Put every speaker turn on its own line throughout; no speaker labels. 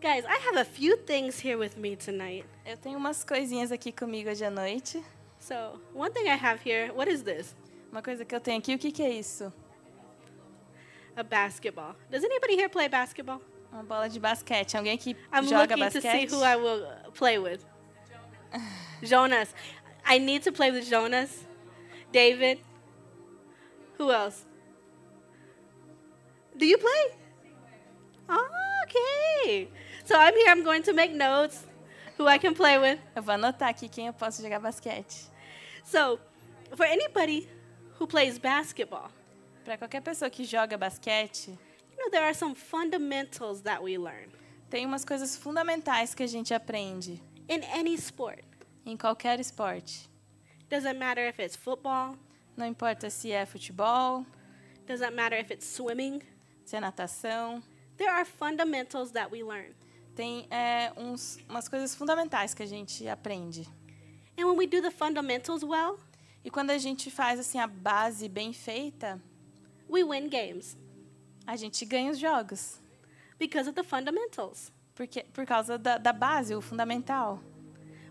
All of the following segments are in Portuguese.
Guys, I have a few things here with me tonight.
Eu tenho umas coisinhas aqui comigo hoje à noite.
So, one thing I have here, what is this?
Uma coisa que eu tenho aqui, o que, que é isso?
A basketball. Does anybody here play basketball?
Uma bola de basquete. Alguém que
I'm
joga
looking to see
basquete?
who I will uh, play with. Jonas. I need to play with Jonas. David. Who else? Do you play? Oh, okay. So I'm here. I'm going to make notes who I can play with.
Eu vou anotar aqui quem eu posso jogar basquete.
So, for anybody who plays basketball,
Para qualquer pessoa que joga basquete,
you know, there are some fundamentals that we learn
tem umas coisas fundamentais que a gente aprende
in any sport.
em qualquer esporte.
Doesn't matter if it's football,
Não importa se é futebol,
doesn't matter if it's swimming.
se é natação,
There are fundamentals that we learn.
tem é, uns, umas coisas fundamentais que a gente aprende.
And when we do the fundamentals well,
E quando a gente faz assim a base bem feita,
we win games
a gente ganha os jogos.
because of the fundamentals.
Porque, por causa da, da base, o fundamental.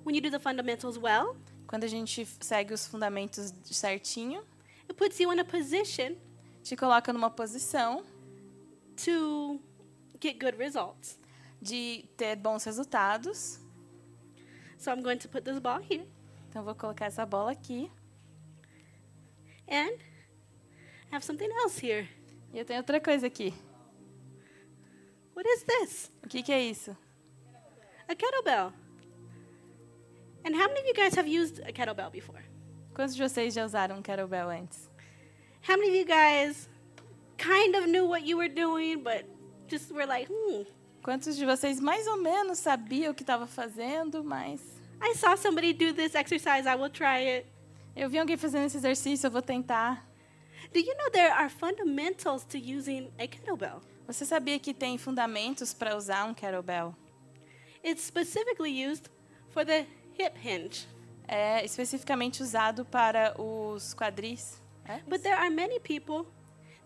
When you do the fundamentals well,
Quando a gente segue os fundamentos certinho,
it puts you in a position
te coloca numa posição
to get good results.
de ter bons resultados.
So I'm going to put this ball here
Então eu vou colocar essa bola aqui.
and I have something else here.
E eu tenho outra coisa aqui.
What is this?
O que, que é isso?
A kettlebell. And how many of you guys have used a kettlebell before?
Quantos de vocês já usaram um kettlebell antes?
How many of you guys kind of knew what you were doing, but just were like, hmm,
Quantos de vocês mais ou menos sabiam o que estava fazendo, mas
I saw somebody do this exercise, I will try it.
eu vi alguém fazendo esse exercício, eu vou tentar.
Do you know there are fundamentals to using a kettlebell?
Você sabia que tem fundamentos para usar um kettlebell?
It's specifically used for the hip hinge,
É especificamente usado para os quadris. É?
but there are many people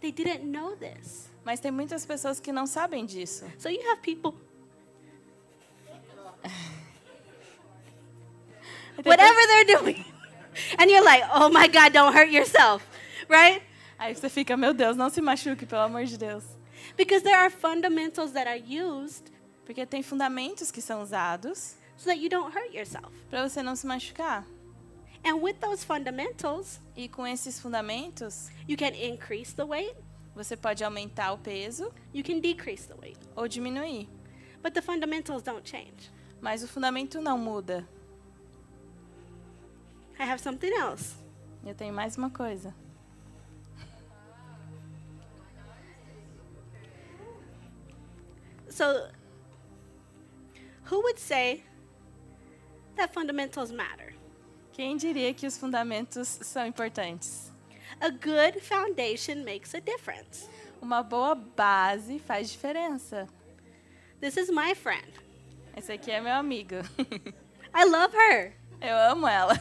they didn't know this.
Mas tem muitas pessoas que não sabem disso.
So you have people,
E tem
whatever they're doing, and you're like, oh my God, don't hurt yourself, right?
Aí você fica, meu Deus, não se machuque, pelo amor de Deus.
Because there are fundamentals that are used
Porque tem fundamentos que são usados
so that you don't hurt yourself.
para você não se machucar.
And with those fundamentals,
E com esses fundamentos,
you can increase the weight,
você pode aumentar o peso
you can decrease the weight,
ou diminuir.
but the fundamentals don't change.
Mas o fundamento não muda.
I have something else.
Eu tenho mais uma coisa.
So, who would say that fundamentals matter?
Quem diria que os fundamentos são importantes?
A good foundation makes a difference.
Uma boa base faz diferença.
This is my friend.
Esse aqui é meu amigo.
I love her.
Eu amo ela.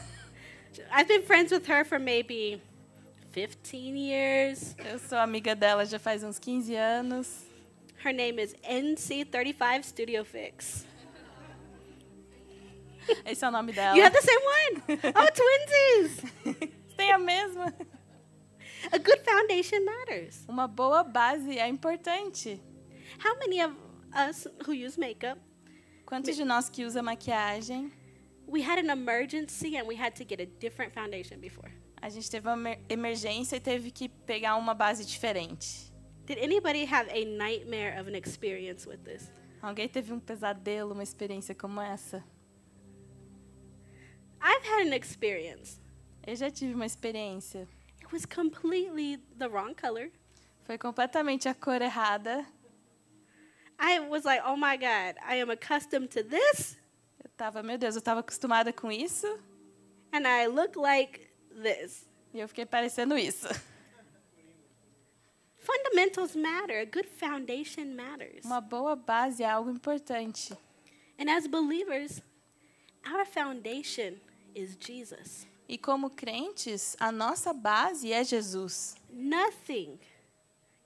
I've been friends with her for maybe 15 years.
Eu sou amiga dela já faz uns 15 anos.
Her name is NC35 Studio Fix.
Esse é o nome dela.
You have the same one. Oh, twinsies.
Tem a mesma.
A good foundation matters.
Uma boa base é importante.
How many of us who use makeup,
Quantos de nós que usa maquiagem,
we had an emergency and we had to get a different foundation before?
a gente teve uma emer- emergência e teve que pegar uma base diferente.
Did anybody have a nightmare of an experience with this?
Alguém teve um pesadelo, uma experiência como essa?
I've had an experience.
Eu já tive uma experiência.
It was completely the wrong color.
Foi completamente a cor errada.
I was like, oh my God, I am accustomed to this,
Eu tava, meu Deus, eu tava acostumada com isso
and I look like this.
e eu fiquei parecendo isso.
Fundamentals matter, a good foundation matters.
Uma boa base é algo importante.
And as believers, our foundation is Jesus.
E como crentes, a nossa base é Jesus.
Nothing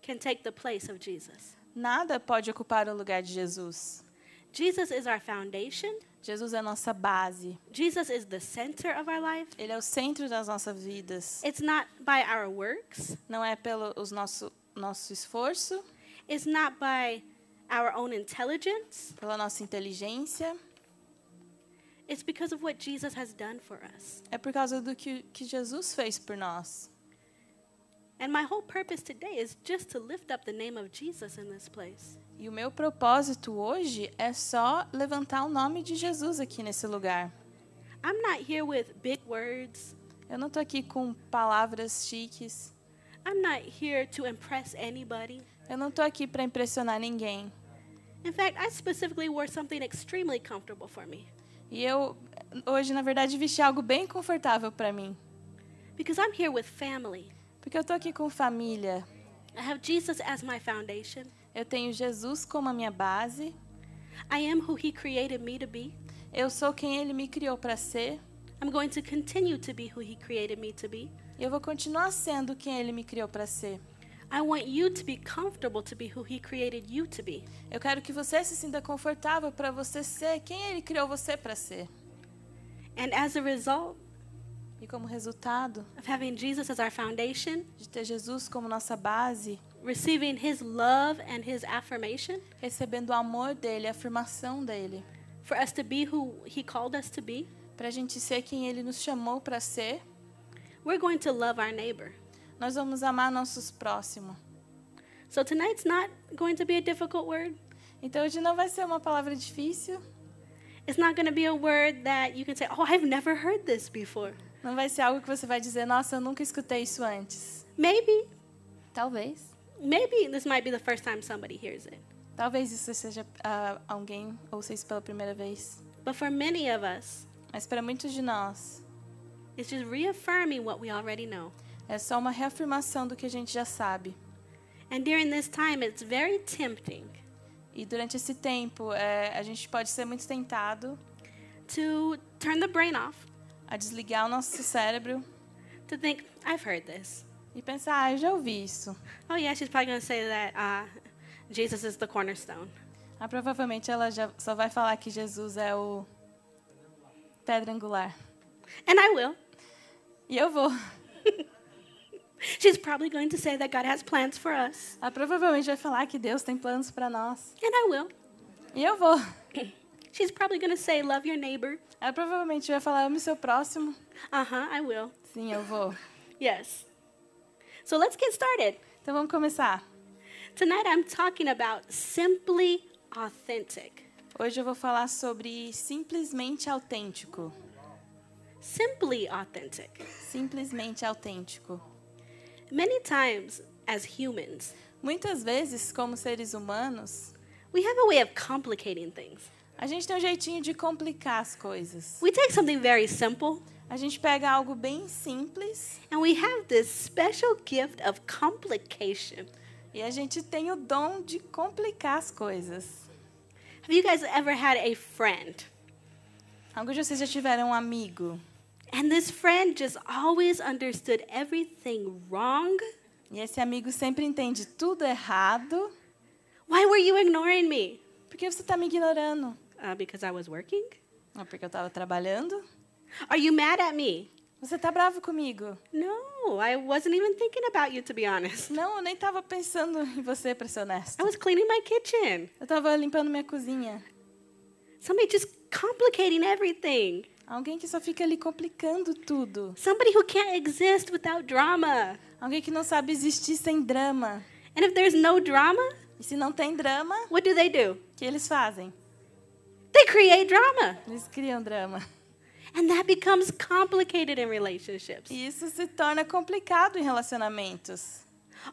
can take the place of Jesus,
Nada pode ocupar o lugar de Jesus.
Jesus is our foundation.
Jesus é a nossa base.
Jesus is the center of our life.
Ele é o centro das nossas vidas.
It's not by our works.
Não é pelo os nosso, nosso esforço,
It's not by our own intelligence.
pela nossa inteligência.
It's because of what Jesus has done for us.
É por causa do que, que Jesus fez por nós.
And my whole purpose today is just to lift up the name of Jesus in this place.
E o meu propósito hoje é só levantar o nome de Jesus aqui nesse lugar.
I'm not here with big words.
Eu não tô aqui com palavras chiques.
I'm not here to impress anybody.
Eu não tô aqui para impressionar ninguém.
In fact, I specifically wore something extremely comfortable for me
E eu hoje, na verdade, vesti algo bem confortável para mim,
because I'm here with family.
porque eu tô aqui com família.
I have Jesus as my foundation.
Eu tenho Jesus como a minha base.
I am who He created me to be.
Eu sou quem ele me criou para ser.
I'm going to continue to be who He created me to be.
E eu vou continuar sendo quem ele me criou para ser.
I want you to be comfortable to be who He created you to be.
Eu quero que você se sinta confortável para você ser quem ele criou você para ser.
And as a result
E como resultado
of having Jesus as our foundation,
de ter Jesus como nossa base,
receiving His love and His affirmation
recebendo o amor dele, a afirmação dele,
for us to be who He called us to be,
para a gente ser quem ele nos chamou para ser,
we're going to love our neighbor.
nós vamos amar nossos próximos.
So tonight's not going to be a difficult word.
Então hoje não vai ser uma palavra difícil,
It's not going to be a word that you can say, "Oh, I've never heard this before."
não vai ser algo que você vai dizer, nossa, eu nunca escutei isso antes.
Maybe,
Talvez.
maybe this might be the first time somebody hears it.
Talvez isso seja ah, alguém ouça isso pela primeira vez.
But for many of us,
Mas para muitos de nós,
it's just reaffirming what we already know.
é só uma reafirmação do que a gente já sabe.
And during this time, it's very tempting
E durante esse tempo, é, a gente pode ser muito tentado
to turn the brain off,
a desligar o nosso cérebro
to think, "I've heard this.
e pensar, ah, eu já ouvi isso.
Oh yeah, she's probably going to say that uh, Jesus is the cornerstone."
Ah, provavelmente ela já só vai falar que Jesus é o pedra angular.
And I will.
E eu vou.
She's probably going to say that God has plans for us.
Ah, provavelmente vai falar que Deus tem planos para nós.
And I will.
E eu vou.
She's probably going to say, "Love your neighbor."
Ah, provavelmente vai falar, ame seu próximo.
Uh-huh, I will.
Sim, eu vou.
Yes. So let's get started.
Então vamos começar.
Tonight I'm talking about simply authentic.
Hoje eu vou falar sobre simplesmente autêntico.
Simply authentic.
Simplesmente autêntico.
Many times as humans,
Muitas vezes, como seres humanos,
we have a way of complicating things.
a gente tem um jeitinho de complicar as coisas.
We take something very simple
A gente pega algo bem simples
and we have this special gift of complication.
e a gente tem o dom de complicar as coisas.
Have you guys ever had a friend
Alguns de vocês já tiveram um amigo
and this friend just always understood everything wrong?
e esse amigo sempre entende tudo errado
Why were you ignoring me?
porque você está me ignorando.
Uh, because I was working?
Não, porque eu estava trabalhando.
Are you mad at me?
Você tá bravo comigo?
No, I wasn't even thinking about you, to be honest.
Não, eu nem tava pensando em você, pra ser
I
honesta.
was cleaning my kitchen.
Eu tava limpando minha cozinha.
Somebody just complicating everything.
Alguém que só fica ali complicando tudo.
Somebody who can't exist without drama.
Alguém que não sabe existir sem drama.
And if there's no drama,
E se não tem drama,
what do they do?
o que eles fazem?
They create drama.
Eles criam drama.
And that becomes complicated in relationships.
E isso se torna complicado em relacionamentos.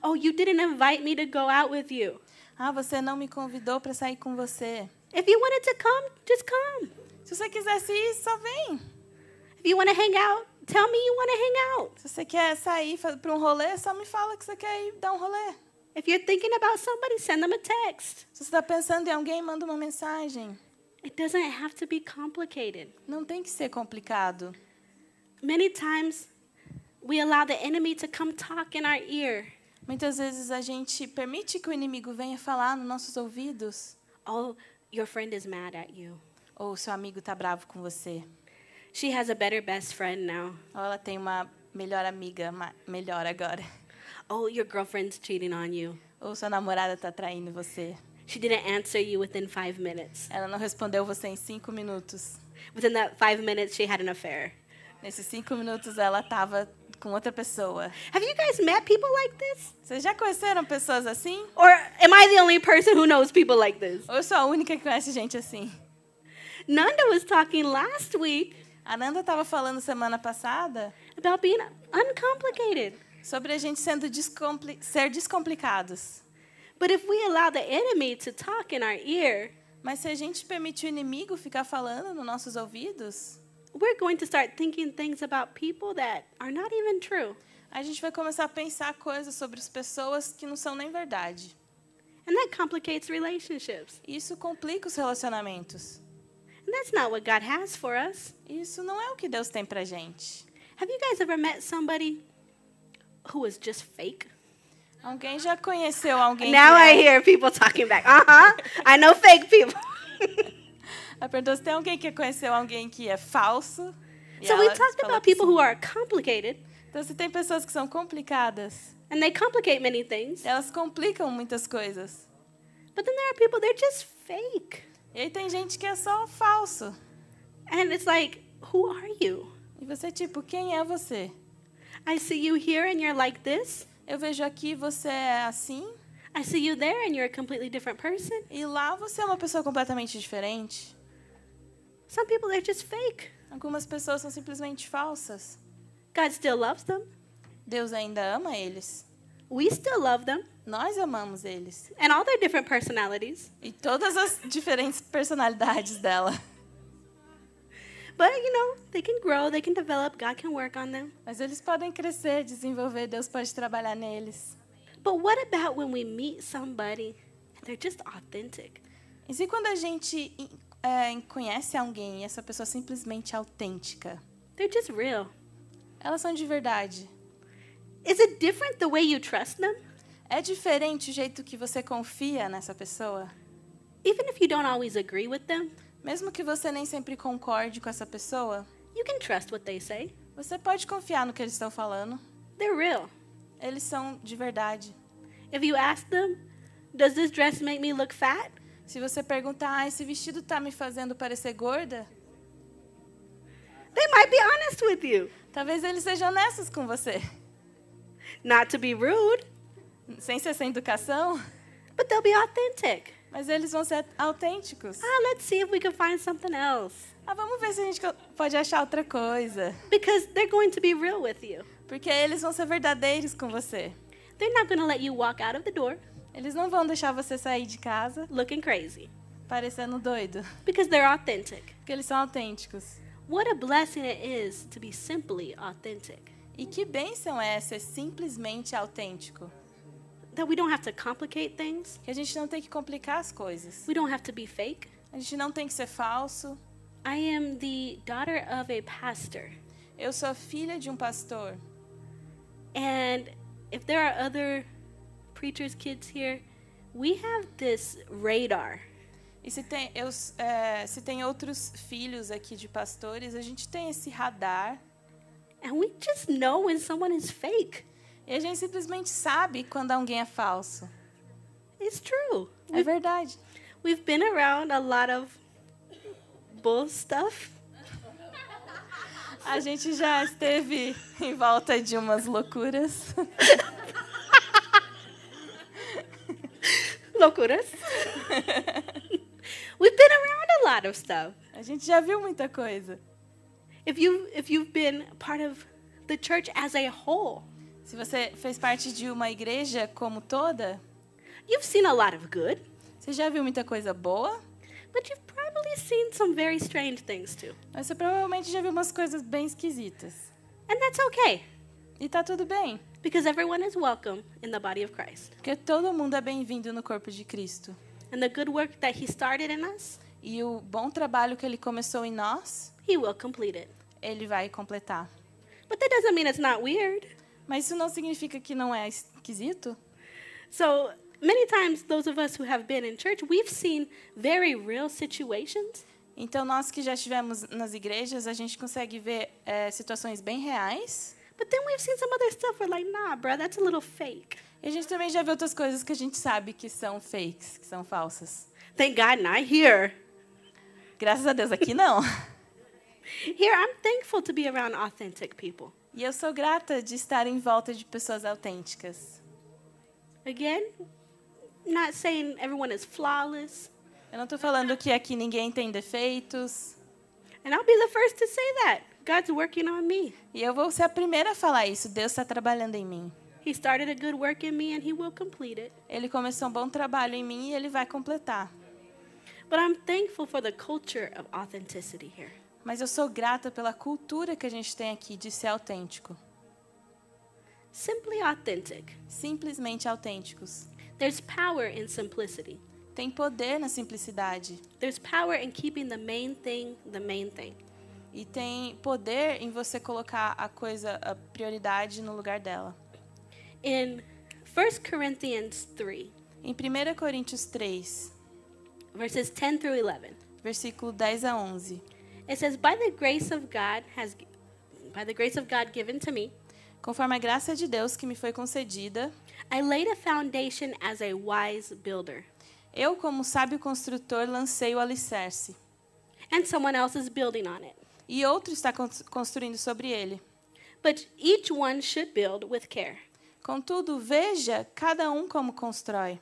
Oh, you didn't invite me to go out with you.
Ah, você não me convidou pra sair com você.
If you wanted to come, just come.
Se você quisesse ir, só vem.
If you want to hang out, tell me you want to hang out.
Se você quer sair fa- pra um rolê, só me fala que você quer ir dar um rolê.
If you're thinking about somebody, send them a text.
Se você tá pensando em alguém, manda uma mensagem.
It doesn't have to be complicated.
Não tem que ser complicado.
Many times, we allow the enemy to come talk in our ear.
Muitas vezes a gente permite que o inimigo venha falar nos nossos ouvidos.
Oh, Your friend is mad at you.
Ou seu amigo tá bravo com você.
She has a better best friend now.
Ou ela tem uma melhor amiga, ma- melhor agora.
Oh, your girlfriend's cheating on you.
Ou sua namorada tá traindo você.
She didn't answer you within five minutes.
Ela não respondeu você em cinco minutos.
Within that five minutes, she had an affair.
Nesses cinco minutos ela tava com outra pessoa.
Have you guys met people like this?
Vocês já conheceram pessoas assim?
Or am I the only person who knows people like this?
Ou eu sou a única que conhece gente assim?
Nanda was talking last week
A Nanda tava falando semana passada
about being uncomplicated.
sobre a gente sendo descompli ser descomplicados.
But if we allow the enemy to talk in our ear,
Mas se a gente permite o inimigo ficar falando nos nossos ouvidos,
we're going to start thinking things about people that are not even true.
a gente vai começar a pensar coisas sobre as pessoas que não são nem verdade.
And that complicates relationships.
Isso complica os relacionamentos.
And that's not what God has for us.
Isso não é o que Deus tem pra gente.
Have you guys ever met somebody who was just fake?
Alguém já conheceu alguém
Now
que
I
é-
hear people talking back. Uh huh. I know fake people.
Ela Ah, perguntou se tem alguém que conheceu alguém que é falso. E
so we
ela
talked
falou
about
que
people
sim.
who are complicated,
Então, se tem pessoas que são complicadas,
and they complicate many things.
elas complicam muitas coisas.
But then there are people they're just fake,
E aí tem gente que é só falso.
and it's like, who are you?
E você, tipo, quem é você?
I see you here, and you're like this.
Eu vejo aqui você é assim,
I see you there, and you're a completely different person.
e lá você é uma pessoa completamente diferente.
Some people they're just fake.
Algumas pessoas são simplesmente falsas.
God still loves them.
Deus ainda ama eles.
We still love them,
Nós amamos eles.
and all their different personalities.
E todas as diferentes personalidades dela.
But you know, they can grow, they can develop. God can work on them.
Mas eles podem crescer, desenvolver, Deus pode trabalhar neles.
But what about when we meet somebody and they're just authentic?
E se quando a gente é, conhece alguém e essa pessoa é simplesmente autêntica?
They're just real.
Elas são de verdade.
Is it different the way you trust them?
É diferente o jeito que você confia nessa pessoa?
Even if you don't always agree with them,
Mesmo que você nem sempre concorde com essa pessoa,
you can trust what they say.
você pode confiar no que eles estão falando.
They're real.
Eles são de verdade.
If you ask them, does this dress make me look fat?
Se você perguntar, ah, esse vestido tá me fazendo parecer gorda,
They might be honest with you.
talvez eles sejam honestos com você.
Not to be rude,
Sem ser sem educação,
but they'll be authentic.
mas eles vão ser autênticos.
Ah, let's see if we can find something else.
Ah, vamos ver se a gente co- pode achar outra coisa.
Because they're going to be real with you.
Porque eles vão ser verdadeiros com você.
They're not going to let you walk out of the door
Eles não vão deixar você sair de casa
looking crazy
parecendo doido,
because they're authentic.
porque eles são autênticos.
What a blessing it is to be simply authentic.
E que bênção é ser simplesmente autêntico?
That we don't have to complicate things,
Que a gente não tem que complicar as coisas.
we don't have to be fake.
A gente não tem que ser falso.
I am the daughter of a pastor.
Eu sou filha de um pastor.
And if there are other preachers' kids here, we have this radar.
E se tem, eu, s- é, se tem outros filhos aqui de pastores, a gente tem esse radar.
And we just know when someone is fake.
E a gente simplesmente sabe quando alguém é falso.
It's true.
É verdade.
We've been around a lot of bull stuff.
A gente já esteve em volta de umas loucuras,
Locuras. We've been around a lot of stuff.
a gente já viu muita coisa.
If you if you've been part of the church as a whole,
Se você fez parte de uma igreja como toda,
you've seen a lot of good,
você já viu muita coisa boa,
but you've probably seen some very strange things too.
mas você provavelmente já viu umas coisas bem esquisitas.
And that's okay.
E tá tudo bem,
Because everyone is welcome in the body of Christ.
porque todo mundo é bem-vindo no corpo de Cristo.
And the good work that He started in us,
E o bom trabalho que ele começou em nós,
He will complete it.
ele vai completar.
But that doesn't mean it's not weird.
Mas isso não significa que não é esquisito?
So many times those of us who have been in church, we've seen very real situations
Então, nós que já estivemos nas igrejas, a gente consegue ver é, situações bem reais.
But then we've seen some other stuff. We're like, nah, bro, that's a little fake.
E a gente também já vê outras coisas que a gente sabe que são fakes, que são falsas.
Thank God not here.
Graças a Deus, aqui não.
Here, I'm thankful to be around authentic people.
E eu sou grata de estar em volta de pessoas autênticas.
Again, not saying everyone is flawless.
Eu não estou falando que aqui ninguém tem defeitos.
And I'll be the first to say that. God's working on me.
E eu vou ser a primeira a falar isso. Deus está trabalhando em mim.
He started a good work in me and He will complete it.
Ele começou um bom trabalho em mim e ele vai completar.
But I'm thankful for the culture of authenticity here.
Mas eu sou grata pela cultura que a gente tem aqui de ser autêntico.
Simply authentic.
Simplesmente autênticos.
There's power in simplicity.
Tem poder na simplicidade.
There's power in keeping the main thing the main thing.
E tem poder em você colocar a coisa, a prioridade no lugar dela.
In 1 Corinthians 3,
Em 1 Coríntios 3,
verses 10 through 11,
versículo 10 a 11.
it says, By the grace of God has by the grace of God given to me,
Conforme a graça de Deus que me foi concedida,
I laid a foundation as a wise builder,
eu, como sábio construtor, lancei o alicerce.
and someone else is building on it.
E outro está cons- construindo sobre ele.
But each one should build with care,
Contudo, veja cada um como constrói.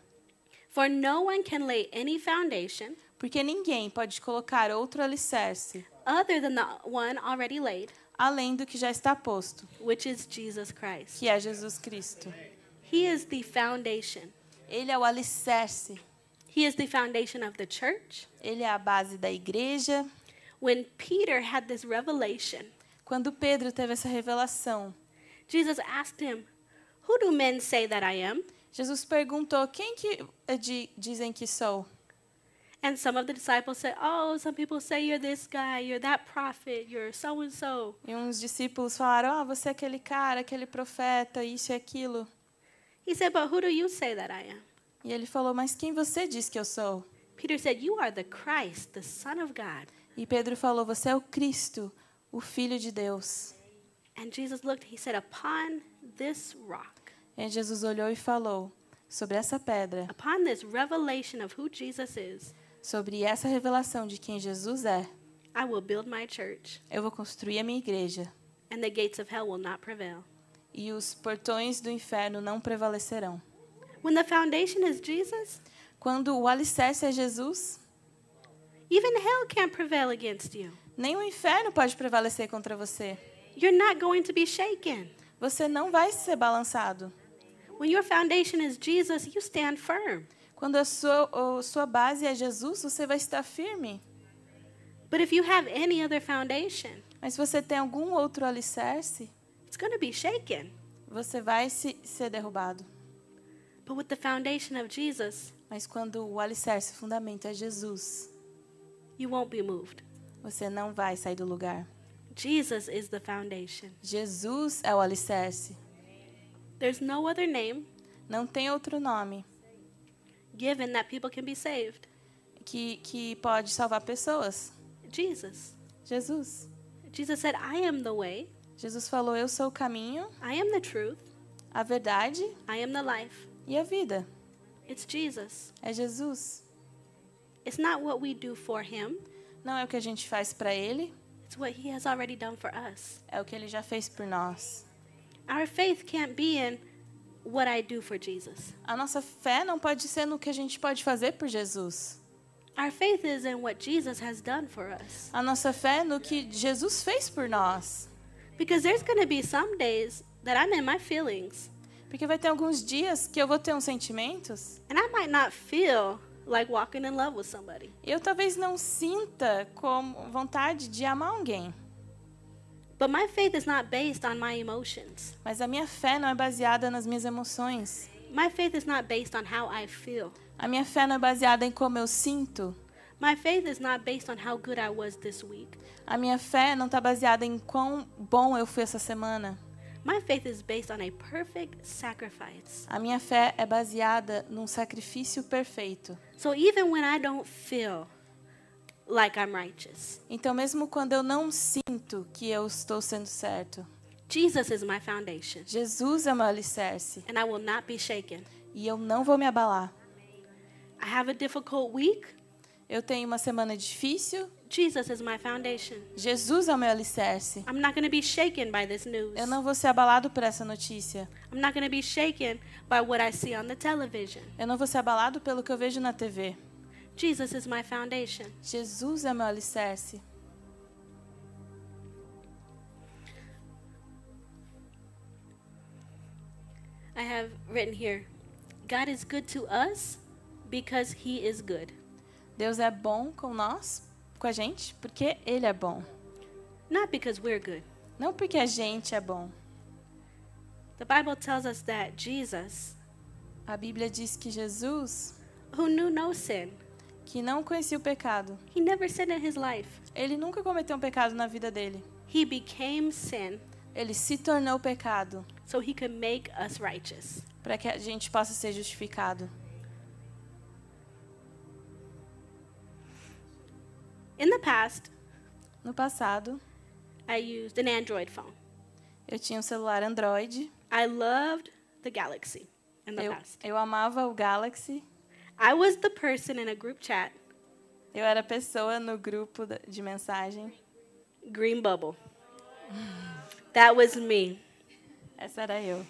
for no one can lay any foundation
Porque ninguém pode colocar outro alicerce
other than the one already laid,
além do que já está posto,
which is Jesus Christ.
que é Jesus Cristo.
He is the foundation.
Ele é o alicerce,
He is the foundation of the church.
ele é a base da igreja.
When Peter had this revelation,
Quando Pedro teve essa revelação,
Jesus asked him, Who do men say that I am?
Jesus perguntou: Quem que eh, di- dizem que sou?
And some of the disciples said, Oh, some people say you're this guy, you're that prophet, you're so and so.
E uns discípulos falaram: Ah, você é aquele cara, aquele profeta, isso e aquilo.
He said, But who do you say that I am?
E ele falou: Mas quem você diz que eu sou?
Peter said, You are the Christ, the Son of God.
E Pedro falou: Você é o Cristo, o Filho de Deus.
And Jesus looked, he said, Upon this rock,
E Jesus olhou e falou: Sobre essa pedra,
upon this revelation of who Jesus is,
sobre essa revelação de quem Jesus é,
I will build my church,
eu vou construir a minha igreja
and the gates of hell will not prevail.
e os portões do inferno não prevalecerão.
When the foundation is Jesus,
Quando o alicerce é Jesus,
even hell can't prevail against you.
nem o inferno pode prevalecer contra você.
You're not going to be shaken.
Você não vai ser balançado.
When your foundation is Jesus, you stand firm.
Quando a sua, a sua base é Jesus, você vai estar firme.
But if you have any other foundation,
Mas se você tem algum outro alicerce,
it's going to be shaken.
você vai se, ser derrubado.
But with the foundation of Jesus,
Mas quando o alicerce, o fundamento é Jesus,
you won't be moved.
você não vai sair do lugar.
Jesus is the foundation.
Jesus é o alicerce.
There's no other name
Não tem outro nome
given that people can be saved.
que, que pode salvar pessoas.
Jesus.
Jesus.
Jesus said, I am the way,
Jesus falou: Eu sou o caminho,
I am the truth,
a verdade
I am the life.
e a vida.
It's Jesus.
É Jesus.
It's not what we do for him,
Não é o que a gente faz para ele,
it's what he has already done for us.
é o que ele já fez por nós.
Our faith can't be in what I do for Jesus.
A nossa fé não pode ser no que a gente pode fazer por Jesus.
Our faith is in what Jesus has done for us.
A nossa fé é no que Jesus fez por nós.
Because there's going to be some days that I'm in my feelings
Porque vai ter alguns dias que eu vou ter uns sentimentos
and I might not feel like walking in love with somebody.
e eu talvez não sinta como vontade de amar alguém.
But my faith is not based on my emotions.
Mas a minha fé não é baseada nas minhas emoções.
My faith is not based on how I feel.
A minha fé não é baseada em como eu sinto.
My faith is not based on how good I was this week.
tá A minha fé não está baseada em quão bom eu fui essa semana.
My faith is based on a perfect sacrifice.
A minha fé é baseada num sacrifício perfeito.
So even when I don't feel like I'm righteous,
Então, mesmo quando eu não sinto que eu estou sendo certo,
Jesus is my foundation,
Jesus é meu alicerce
and I will not be shaken.
e eu não vou me abalar.
I have a difficult week.
Eu tenho uma semana difícil,
Jesus is my foundation.
Jesus é o meu alicerce.
I'm not going to be shaken by this news.
Eu não vou ser abalado por essa notícia.
I'm not going to be shaken by what I see on the television.
Eu não vou ser abalado pelo que eu vejo na TV.
Jesus is my foundation.
Jesus é meu alicerce.
I have written here God is good to us because he is good.
Deus é bom com nós, com a gente, porque Ele é bom.
Not because we're good.
Não porque a gente é bom.
The Bible tells us that Jesus,
A Bíblia diz que Jesus,
who knew no sin,
que não conhecia o pecado,
he never sinned in his life.
ele nunca cometeu um pecado na vida dele.
He became sin
Ele se tornou pecado
so he could make us righteous.
para que a gente possa ser justificado.
In the past,
No passado,
I used an Android phone.
eu tinha um celular Android.
I loved the Galaxy in the
Eu,
past.
eu amava o Galaxy.
I was the person in a group chat,
Eu era pessoa no grupo da- de mensagem.
Green Bubble. That was me.
Essa era eu.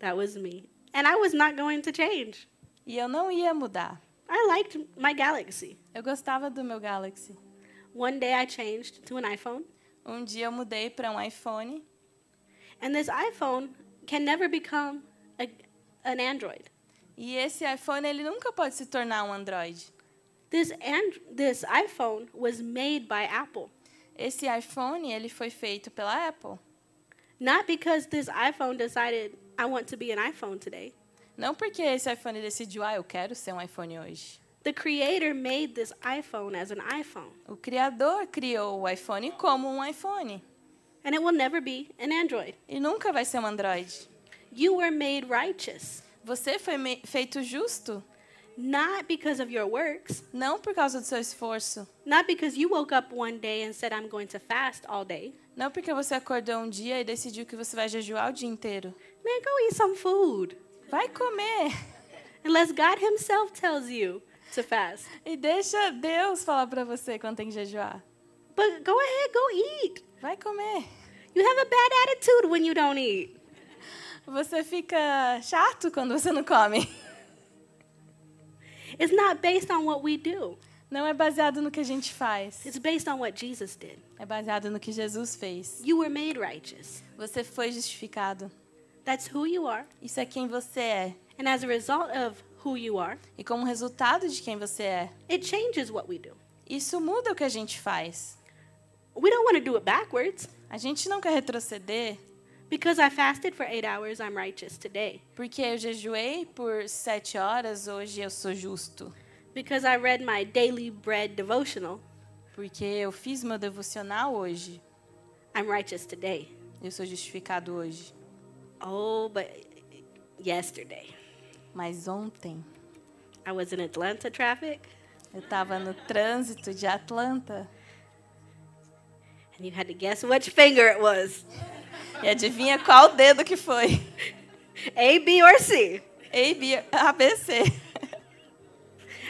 That was me. And I was not going to change.
E eu não ia mudar.
I liked my Galaxy.
Eu gostava do meu Galaxy.
One day I changed to an iPhone,
Um dia eu mudei para um iPhone
and this iPhone can never become a, an Android.
e esse iPhone ele nunca pode se tornar um Android.
This and this iPhone was made by Apple.
Esse iPhone ele foi feito pela Apple,
Not because this iPhone decided I want to be an iPhone today.
não porque esse iPhone decidiu ah eu quero ser um iPhone hoje.
The creator made this iPhone as an iPhone,
O criador criou o iPhone como um iPhone
and it will never be an Android.
e nunca vai ser um Android.
You were made righteous
Você foi me- feito justo
not because of your works,
não por causa do seu esforço,
not because you woke up one day and said, I'm going to fast all day.
não porque você acordou um dia e decidiu que você vai jejuar o dia inteiro.
Man, go eat some food.
Vai comer
Unless God Himself tells you to fast.
e deixa Deus falar para você quando tem que jejuar.
But go ahead, go eat.
Vai comer.
You have a bad attitude when you don't eat.
Você fica chato quando você não come.
It's not based on what we do,
Não é baseado no que a gente faz,
it's based on what Jesus did.
é baseado no que Jesus fez.
You were made righteous.
Você foi justificado.
That's who you are.
Isso é quem você é.
And as a result of who you are,
E como resultado de quem você é,
it changes what we do.
isso muda o que a gente faz.
We don't want to do it backwards.
A gente não quer retroceder
Because I fasted for eight hours, I'm righteous today.
porque eu jejuei por sete horas, hoje eu sou justo.
Because I read my daily bread devotional,
Porque eu fiz meu devocional hoje,
I'm righteous today.
eu sou justificado hoje.
Oh, but yesterday
Mas ontem
I was in Atlanta traffic
eu estava no trânsito de Atlanta
and you had to guess which finger it was
e adivinha qual dedo que foi?
A, B, or C.
A, B, ABC.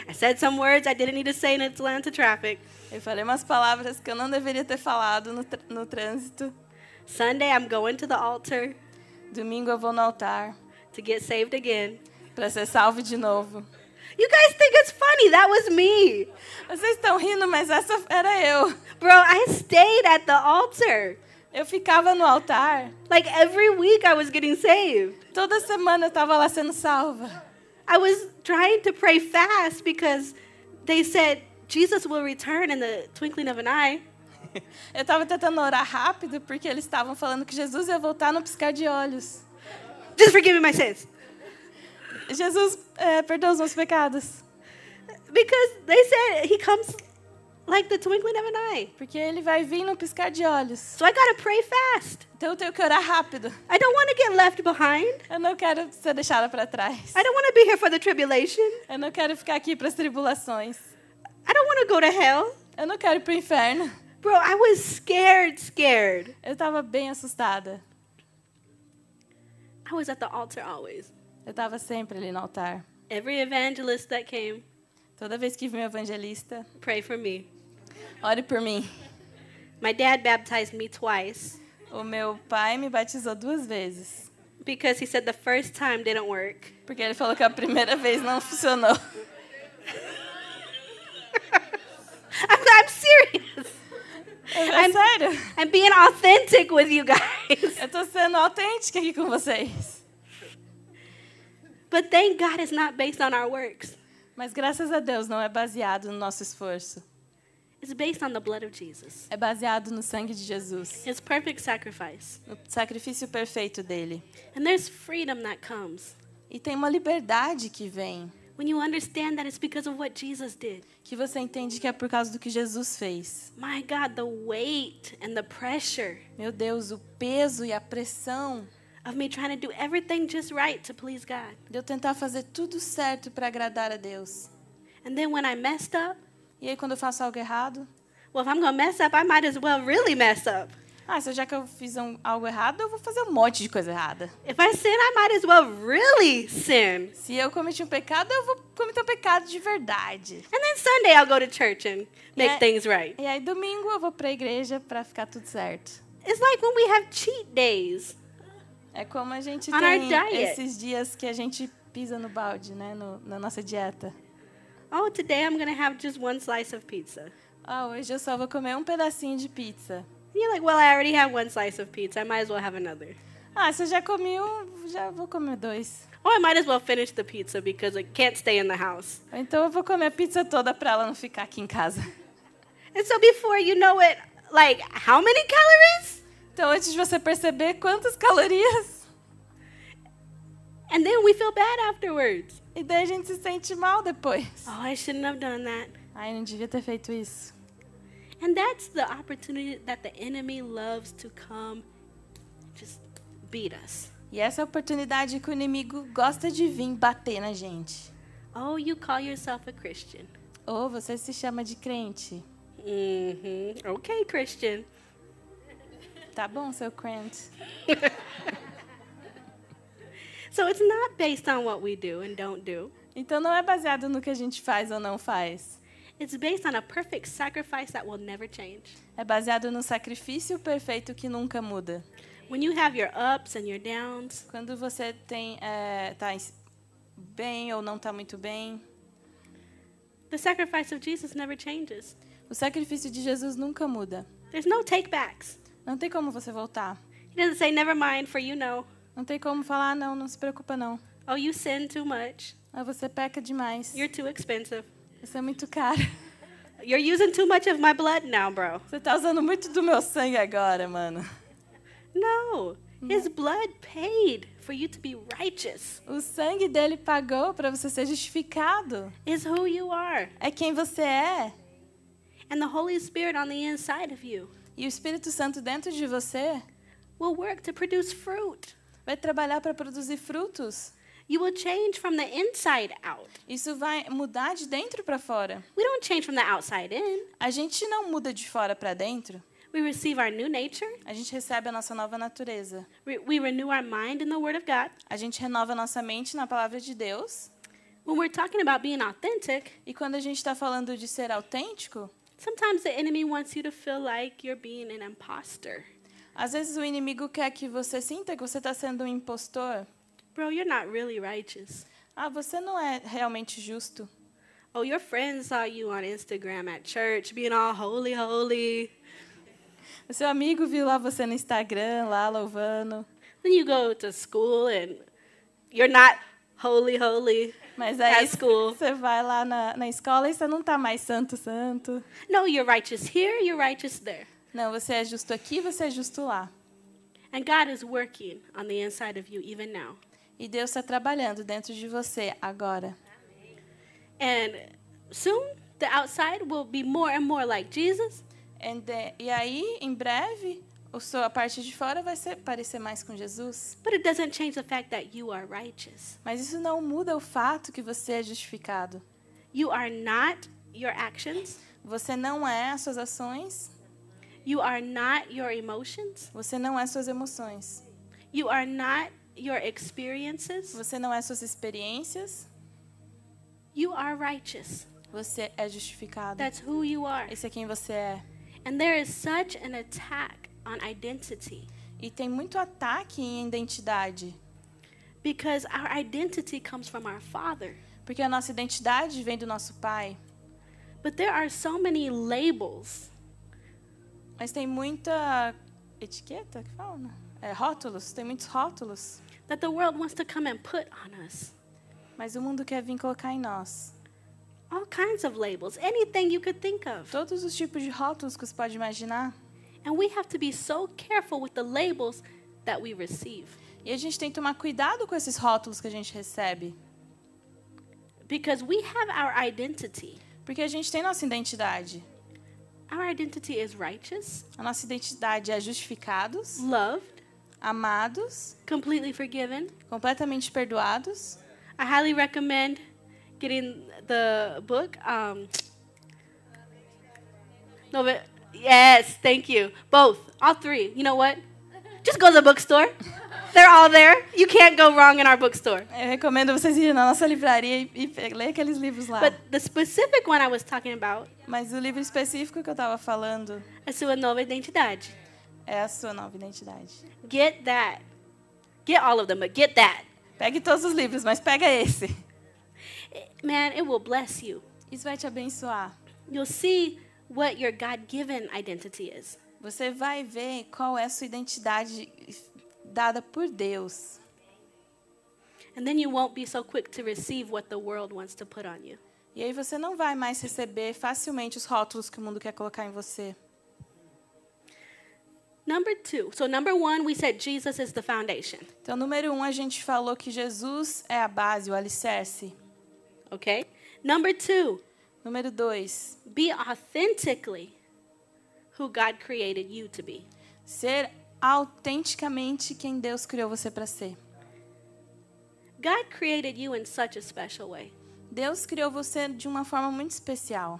I said some words I didn't need to say in Atlanta traffic.
Eu falei umas palavras que eu não deveria ter falado no, tr- no trânsito.
Sunday, I'm going to the altar
Domingo eu vou no altar
to get saved again.
para ser salvo de novo.
You guys think it's funny. That was me.
Vocês estão rindo, mas essa era eu.
Bro, I stayed at the altar.
Eu ficava no altar.
Like every week, I was getting saved.
Toda semana eu estava lá sendo salva.
I was trying to pray fast because they said Jesus will return in the twinkling of an eye.
Eu estava tentando orar rápido porque eles estavam falando que Jesus ia voltar no piscar de olhos.
Just forgive me my sins.
Jesus, é, perdoa os meus pecados.
Because they said he comes like the twinkling of an eye.
Porque ele vai vir no piscar de olhos.
So I gotta pray fast.
Então eu tenho que orar rápido.
I don't want to get left behind.
Eu não quero ser deixada para trás.
I don't want to be here for the tribulation.
Eu não quero ficar aqui para as tribulações.
I don't want to go to hell.
Eu não quero ir pro inferno.
Bro, I was scared, scared.
Eu tava bem assustada.
I was at the altar always.
Eu tava sempre ali no altar.
Every evangelist that came,
Toda vez que vinha um evangelista,
pray for me.
ore por mim.
My dad baptized me twice
O meu pai me batizou duas vezes.
because he said the first time didn't work.
Porque ele falou que a primeira vez não funcionou.
I'm, I'm serious.
É sério.
I'm being authentic with you guys.
Eu tô sendo autêntica aqui com vocês.
But thank God it's not based on our works,
Mas graças a Deus não é baseado no nosso esforço.
it's based on the blood of Jesus,
É baseado no sangue de Jesus,
his perfect sacrifice.
no sacrifício perfeito dele.
And there's freedom that comes
E tem uma liberdade que vem,
when you understand that it's because of what Jesus did.
que você entende que é por causa do que Jesus fez.
My God, the weight and the pressure
Meu Deus, o peso e a pressão
of me trying to do everything just right to please God.
de eu tentar fazer tudo certo para agradar a Deus.
And then when I messed up,
E aí quando eu faço algo errado,
well, if I'm going to mess up, I might as well really mess up.
ah, se eu- já que eu fiz um- algo errado, eu vou fazer um monte de coisa errada.
If I sin, I might as well really sin.
Se eu cometi um pecado, eu vou cometer um pecado de verdade.
And then Sunday, I'll go to church and make
Yeah.
things right.
E aí domingo eu vou para a igreja para ficar tudo certo.
It's like when we have cheat days.
É como a gente
On our
tem
diet.
esses dias que a gente pisa no balde, né, no- na nossa dieta.
Oh, today I'm going to have just one slice of pizza. And
Ah, hoje eu só vou comer um pedacinho de pizza.
you're like, well, I already have one slice of pizza. I might as well have another.
Ah, se eu já comi um, já vou comer dois.
Or I might as well finish the pizza because it can't stay in the house.
Ou Então eu vou comer a pizza toda pra ela não ficar aqui em casa.
And so before you know it, like, how many calories?
Então antes de você perceber quantas calorias,
And then we feel bad afterwards.
e daí a gente se sente mal depois.
Oh, I shouldn't have done that.
Ai, não devia ter feito isso.
And that's the opportunity that the enemy loves to come just beat us.
E essa é a oportunidade que o inimigo gosta de vir bater na gente.
Oh, you call yourself a Christian.
Ou você se chama de crente.
Mm-hmm. Okay, Christian.
Tá bom, seu crente.
So it's not based on what we do and don't do.
Então não é baseado no que a gente faz ou não faz.
It's based on a perfect sacrifice that will never change.
É baseado no sacrifício perfeito que nunca muda.
When you have your ups and your downs,
Quando você tem é, tá em- bem ou não tá muito bem,
the sacrifice of Jesus never changes.
o sacrifício de Jesus nunca muda.
There's no take backs.
Não tem como você voltar.
He doesn't say, never mind, for you know.
Não tem como falar, ah, não, não se preocupa não.
Oh, you sin too much.
Ah, você peca demais.
You're too expensive.
Você é muito caro.
You're using too much of my blood now, bro.
Você tá usando muito do meu sangue agora, mano.
No. His blood paid for you to be righteous,
O sangue dele pagou para você ser justificado.
is who you are.
É quem você é.
And the Holy Spirit on the inside of you
E o Espírito Santo dentro de você
will work to produce fruit.
vai trabalhar para produzir frutos.
You will change from the inside out.
Isso vai mudar de dentro para fora.
We don't change from the outside in.
A gente não muda de fora para dentro.
We receive our new nature.
A gente recebe a nossa nova natureza.
Re- we renew our mind in the Word of God.
A gente renova a nossa mente na palavra de Deus.
When we're talking about being authentic,
E quando a gente está falando de ser autêntico,
sometimes the enemy wants you to feel like you're being an imposter.
às vezes o inimigo quer que você sinta que você está sendo um impostor.
Bro, you're not really righteous.
Ah, você não é realmente justo.
Oh, your friend saw you on Instagram at church being all holy, holy.
O seu amigo viu lá você no Instagram, lá louvando.
Then you go to school and you're not holy, holy.
Mas
At
aí
school.
você vai lá na, na escola e você não tá mais santo, santo.
No, you're righteous here, you're righteous there.
Não, você é justo aqui, você é justo lá.
And God is working on the inside of you even now.
E tá Deus está trabalhando dentro de você agora.
And soon, the outside will be more and more like Jesus.
And then- e aí, em breve, o seu- a parte de fora vai ser, parecer mais com Jesus.
But it doesn't change the fact that you are righteous.
Mas isso não muda o fato que você é justificado.
You are not your actions.
Você não é as suas ações,
You are not your emotions.
você não é suas emoções,
You are not your experiences.
você não é suas experiências,
You are righteous.
você é justificado.
That's who you are.
Esse é quem você é.
And there is such an attack on identity
E tem muito ataque em identidade,
because our identity comes from our Father.
porque a nossa identidade vem do nosso pai,
But there are so many labels
mas tem muita etiqueta que fala, né? É, rótulos, tem muitos rótulos,
that the world wants to come and put on us.
mas o mundo quer vir colocar em nós.
All kinds of labels, anything you could think of.
Todos os tipos de rótulos que você pode imaginar.
And we have to be so careful with the labels that we receive
E a gente tem que tomar cuidado com esses rótulos que a gente recebe,
because we have our identity.
porque a gente tem nossa identidade.
Our identity is righteous,
A nossa identidade é justificados,
loved,
amados,
completely forgiven.
completamente perdoados.
I highly recommend getting the book. Um, no, but yes, thank you. Both, all three. You know what? Just go to the bookstore. They're all there. You can't go wrong in our bookstore.
Eu recomendo vocês irem na nossa livraria e, e pe- ler aqueles livros lá.
But the specific one I was talking about
Mas o livro específico que eu estava falando
é Sua Nova Identidade.
é a sua nova identidade.
Get that. Get all of them, but get that.
Pegue todos os livros, mas pega esse.
Man, it will bless you.
Isso vai te abençoar.
You'll see what your God given identity is.
Você vai ver qual é a sua identidade dada por Deus.
And then you won't be so quick to receive what the world wants to put on you.
E aí você não vai mais receber facilmente os rótulos que o mundo quer colocar em você.
Number two. So, number one, we said Jesus is the foundation.
Então, número um, a gente falou que Jesus é a base, o alicerce.
Okay? Number two,
Número dois,
be authentically who God created you to be.
ser autenticamente quem Deus criou você para ser.
God created you in such a special way.
Deus criou você de uma forma muito especial.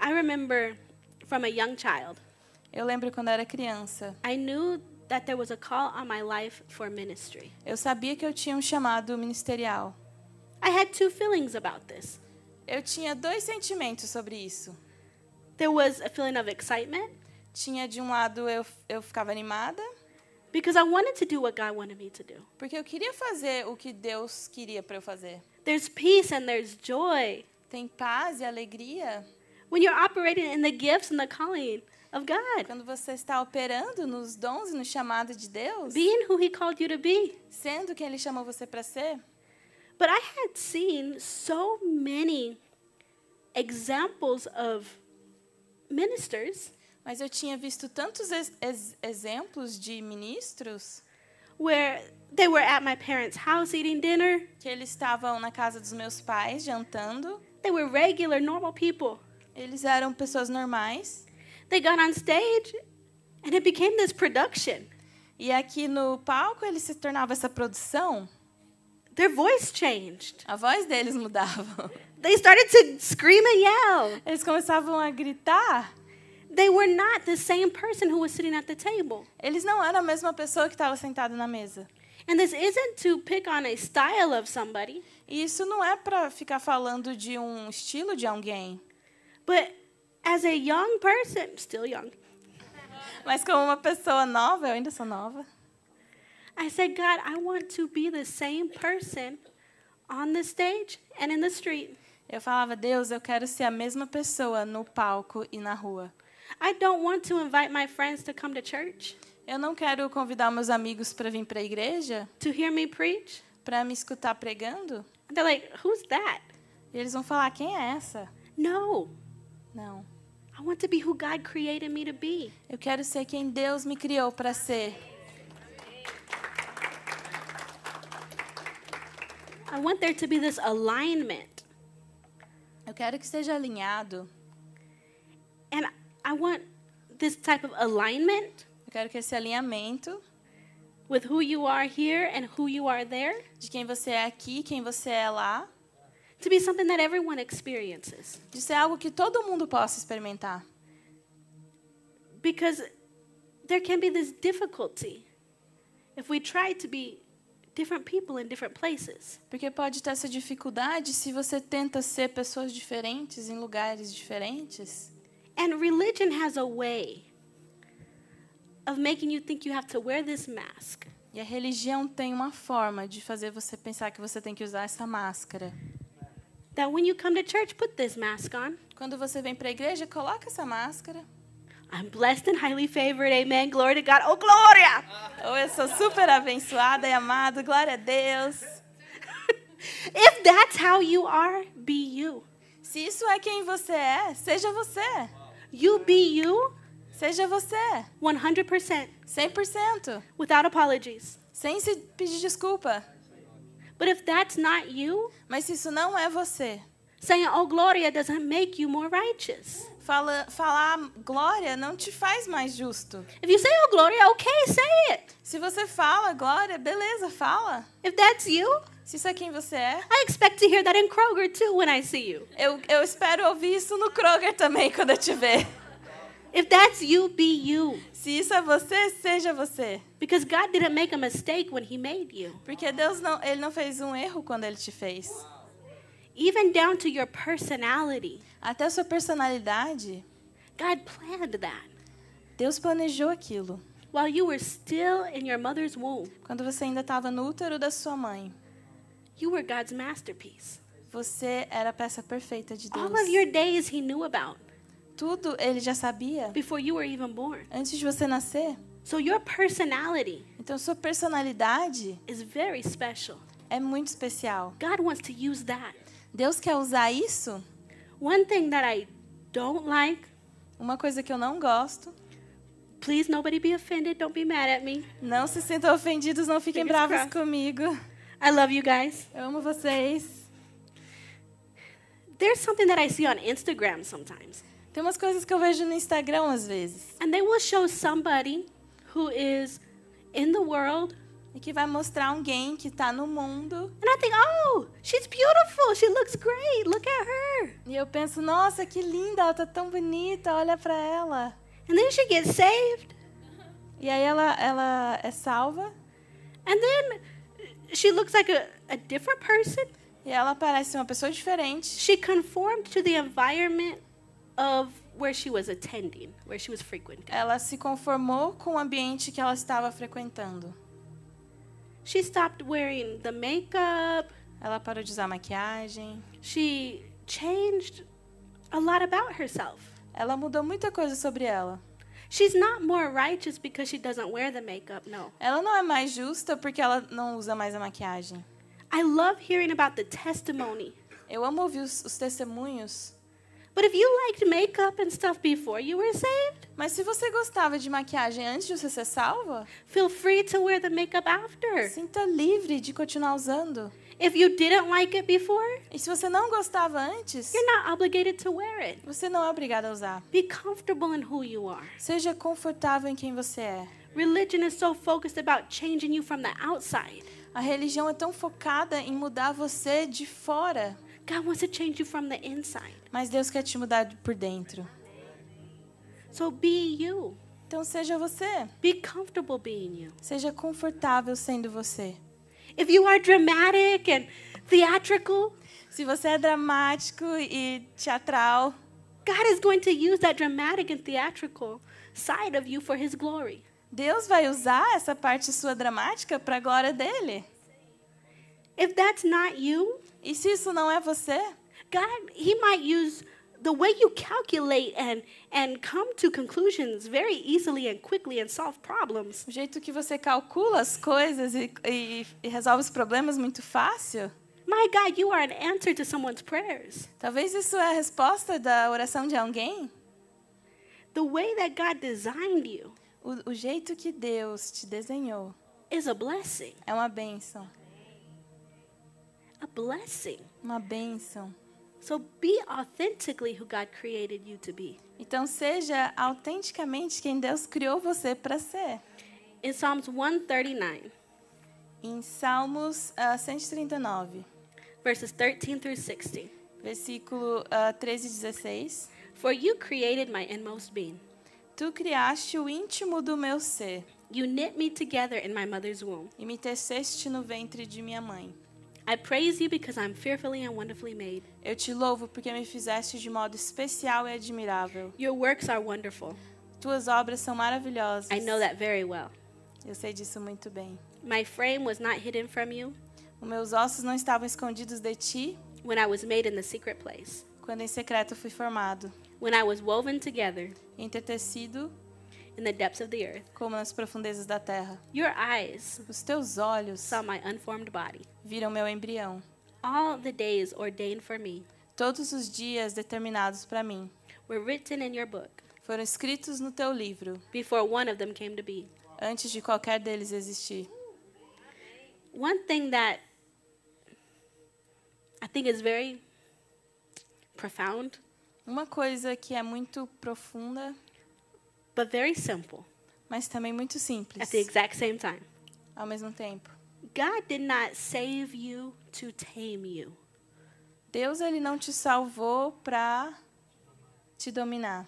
I remember from a young child,
Eu lembro quando eu era criança,
I knew that there was a call on my life for ministry.
eu sabia que eu tinha um chamado ministerial.
I had two feelings about this.
Eu tinha dois sentimentos sobre isso.
There was a feeling of excitement
Tinha de um lado eu, eu ficava animada,
because I wanted to do what God wanted me to do.
porque eu queria fazer o que Deus queria para eu fazer.
There's peace and there's joy
Tem paz e alegria
when you're operating in the gifts and the calling of God.
quando você está operando nos dons e no chamado de Deus,
being who he called you to be.
sendo quem ele chamou você para ser.
But I had seen so many examples of ministers
Mas eu tinha visto tantos ex- ex- exemplos de ministros
where they were at my parents' house eating dinner.
que eles estavam na casa dos meus pais jantando.
They were regular, normal people.
Eles eram pessoas normais.
They got on stage and it became this production.
E aqui no palco ele se tornava essa produção.
Their voice changed.
A voz deles mudava.
They started to scream and yell.
Eles começavam a gritar.
They were not the same person who was sitting at the table.
Eles não eram a mesma pessoa que estava sentada na mesa.
And this isn't to pick on a style of somebody,
E isso não é para ficar falando de um estilo de alguém,
but as a young person, still young,
mas como uma pessoa nova, eu ainda sou nova.
I said, God, I want to be the same person on the stage and in the street.
Eu falava, Deus, eu quero ser a mesma pessoa no palco e na rua.
I don't want to invite my friends to come to church
Eu não quero convidar meus amigos para vir para a igreja,
to hear me preach.
para me escutar pregando.
They're like, who's that?
E eles vão falar, quem é essa?
No,
Não.
I want to be who God created me to be.
Eu quero ser quem Deus me criou para ser.
I want there to be this alignment
Eu Eu quero que esteja alinhado.
And I want this type of alignment
Eu quero que esse alinhamento
with who you are here and who you are there
de quem você é aqui, quem você é lá,
to be something that everyone experiences.
de ser algo que todo mundo possa experimentar.
Because there can be this difficulty if we try to be different people in different places.
Porque pode ter essa dificuldade se você tenta ser pessoas diferentes em lugares diferentes.
And religion has a way of making you think you have to wear this mask
E a religião tem uma forma de fazer você pensar que você tem que usar essa máscara.
that when you come to church, put this mask on.
Quando você vem para a igreja, coloca essa máscara.
I'm blessed and highly favored. Amen. Glory to God. Oh, Gloria!
Ou eu sou super abençoada e amada, glória a Deus.
if that's how you are, be you.
Se isso é quem você é, seja você.
You be you
Seja você.
100%
100%.
without apologies.
Sem se pedir desculpa.
But if that's not you,
Mas se isso não é você,
saying, Oh, Gloria doesn't make you more righteous.
fala, falar glória não te faz mais justo.
If you say, Oh, Gloria, okay, say it.
Se você fala glória, beleza, fala.
If that's you,
Se isso é quem você é.
I expect to hear that in Kroger too when I see you.
Eu, eu espero ouvir isso no Kroger também quando eu te ver.
If that's you, be you.
Se isso é você, seja você.
Because God didn't make a mistake when He made you.
Porque Deus não, ele não fez um erro quando ele te fez.
Even down to your personality,
Até a sua personalidade,
God planned that.
Deus planejou aquilo.
While you were still in your mother's womb,
Quando você ainda estava no útero da sua mãe,
you were God's masterpiece.
você era a peça perfeita de Deus.
All of your days He knew about
Tudo ele já sabia
before you were even born.
antes de você nascer.
So your personality
Então sua personalidade
is very special.
é muito especial.
God wants to use that.
Deus quer usar isso.
One thing that I don't like,
Uma coisa que eu não gosto.
please nobody be offended, don't be mad at me.
Não se sintam ofendidos, não fiquem
Fingers
bravos
crossed.
comigo.
I love you guys.
Eu amo vocês.
There's something that I see on Instagram sometimes,
Tem umas coisas que eu vejo no Instagram às vezes
and they will show somebody who is in the world,
e que vai mostrar alguém que tá no mundo
and I think, oh, she's beautiful. She looks great. Look at her.
e eu penso, nossa, que linda, ela tá tão bonita, olha pra ela.
And then she gets saved,
E aí ela ela é salva
and then she looks like a, a different person.
e ela parece uma pessoa diferente.
She conformed to the environment of where she was attending, where she was frequenting.
Ela se conformou com o ambiente que ela estava frequentando.
She stopped wearing the makeup.
Ela parou de usar maquiagem.
She changed a lot about herself.
Ela mudou muita coisa sobre ela.
She's not more righteous because she doesn't wear the makeup, no.
Ela não é mais justa porque ela não usa mais a maquiagem.
I love hearing about the testimony.
Eu amo ouvir os, os testemunhos.
But if you liked makeup and stuff before you were saved,
Mas se você gostava de maquiagem antes de você ser salva,
feel free to wear the makeup after.
sinta livre de continuar usando.
If you didn't like it before,
E se você não gostava antes,
you're not obligated to wear it.
você não é obrigada a usar.
Be comfortable in who you are.
Seja confortável em quem você é.
Religion is so focused about changing you from the outside.
A religião é tão focada em mudar você de fora,
God wants to change you from the inside.
mas Deus quer te mudar por dentro.
So be you.
Então seja você.
Be comfortable being you.
Seja confortável sendo você.
If you are dramatic and theatrical,
Se você é dramático e teatral,
God is going to use that dramatic and theatrical side of you for his glory.
Deus vai usar essa parte sua dramática para a glória dele.
If that's not you,
E se isso não é você,
God, he might use the way you calculate and and come to conclusions very easily and quickly and solve problems.
o jeito que você calcula as coisas e, e- e resolve os problemas muito fácil,
My God, you are an answer to someone's prayers.
talvez isso é a resposta da oração de alguém.
The way that God designed you
O, o jeito que Deus te desenhou
is a blessing.
é uma bênção.
A blessing.
Uma bênção.
So be authentically who God created you to be.
Então seja autenticamente quem Deus criou você para ser.
In Psalms 139,
Em Salmos ah, 139,
verses 13 through 16.
versículo ah, 13 e 16.
For you created my inmost being.
Tu criaste o íntimo do meu ser
You knit me together in my mother's womb.
e me teceste no ventre de minha mãe.
I praise you because I'm fearfully and wonderfully made.
Eu te louvo porque me fizeste de modo especial e admirável.
Your works are wonderful.
Tuas obras são maravilhosas.
I know that very well.
Eu sei disso muito bem.
My frame was not hidden from you
Os meus ossos não estavam escondidos de ti
when I was made in the secret place,
quando em secreto fui formado,
when I was woven together
entretecido
in the depths of the earth.
como nas profundezas da terra.
Your eyes
Os teus olhos
saw my unformed body.
viram meu embrião.
All the days ordained for me
Todos os dias determinados para mim
were written in your book
foram escritos no teu livro,
before one of them came to be.
antes de qualquer deles existir.
One thing that I think is very profound,
Uma coisa que é muito profunda,
but very simple
mas também muito simples
at the exact same time
ao mesmo tempo.
God did not save you to tame you,
Deus ele não te salvou para te dominar.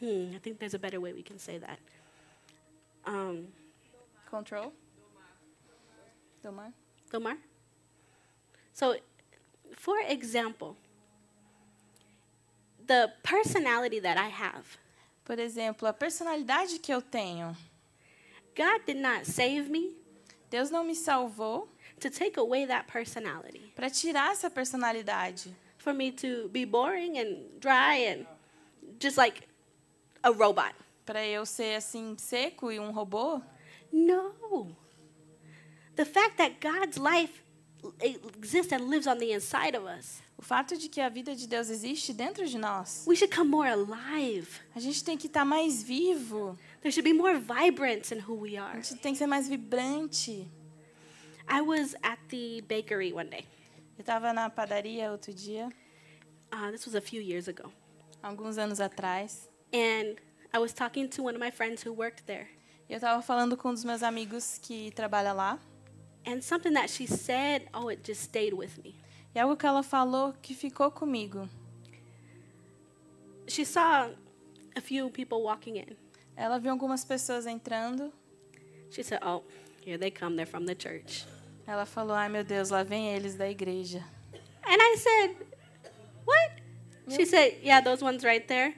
Hmm, I think there's a better way we can say that. Um,
Control? Domar?
Gomar? So, for example, the personality that I have,
Por exemplo, a personalidade que eu tenho.
God did not save me
Deus não me salvou
to take away that personality,
para tirar essa personalidade,
for me to be boring and dry and just like a robot.
para eu ser assim seco e um robô.
No. The fact that God's life exists and lives on the inside of us,
O fato de que a vida de Deus existe dentro de nós,
we should come more alive.
a gente tem que estar mais vivo,
There should be more vibrance in who we
a
are.
gente tem que ser mais vibrante.
I was at the bakery one day.
Eu estava na padaria outro dia,
Uh, this was a few years ago.
alguns anos atrás,
And I was talking to one of my friends who worked there.
e eu estava falando com um dos meus amigos que trabalha lá,
And something that she said, oh, it just stayed with me.
e algo que ela falou que ficou comigo.
She saw a few people walking in.
Ela viu algumas pessoas entrando,
She said, oh, here they come. They're from the church.
ela falou: "Ai, meu Deus, lá vem eles da igreja".
And I said, What? She said, Yeah, those ones right there.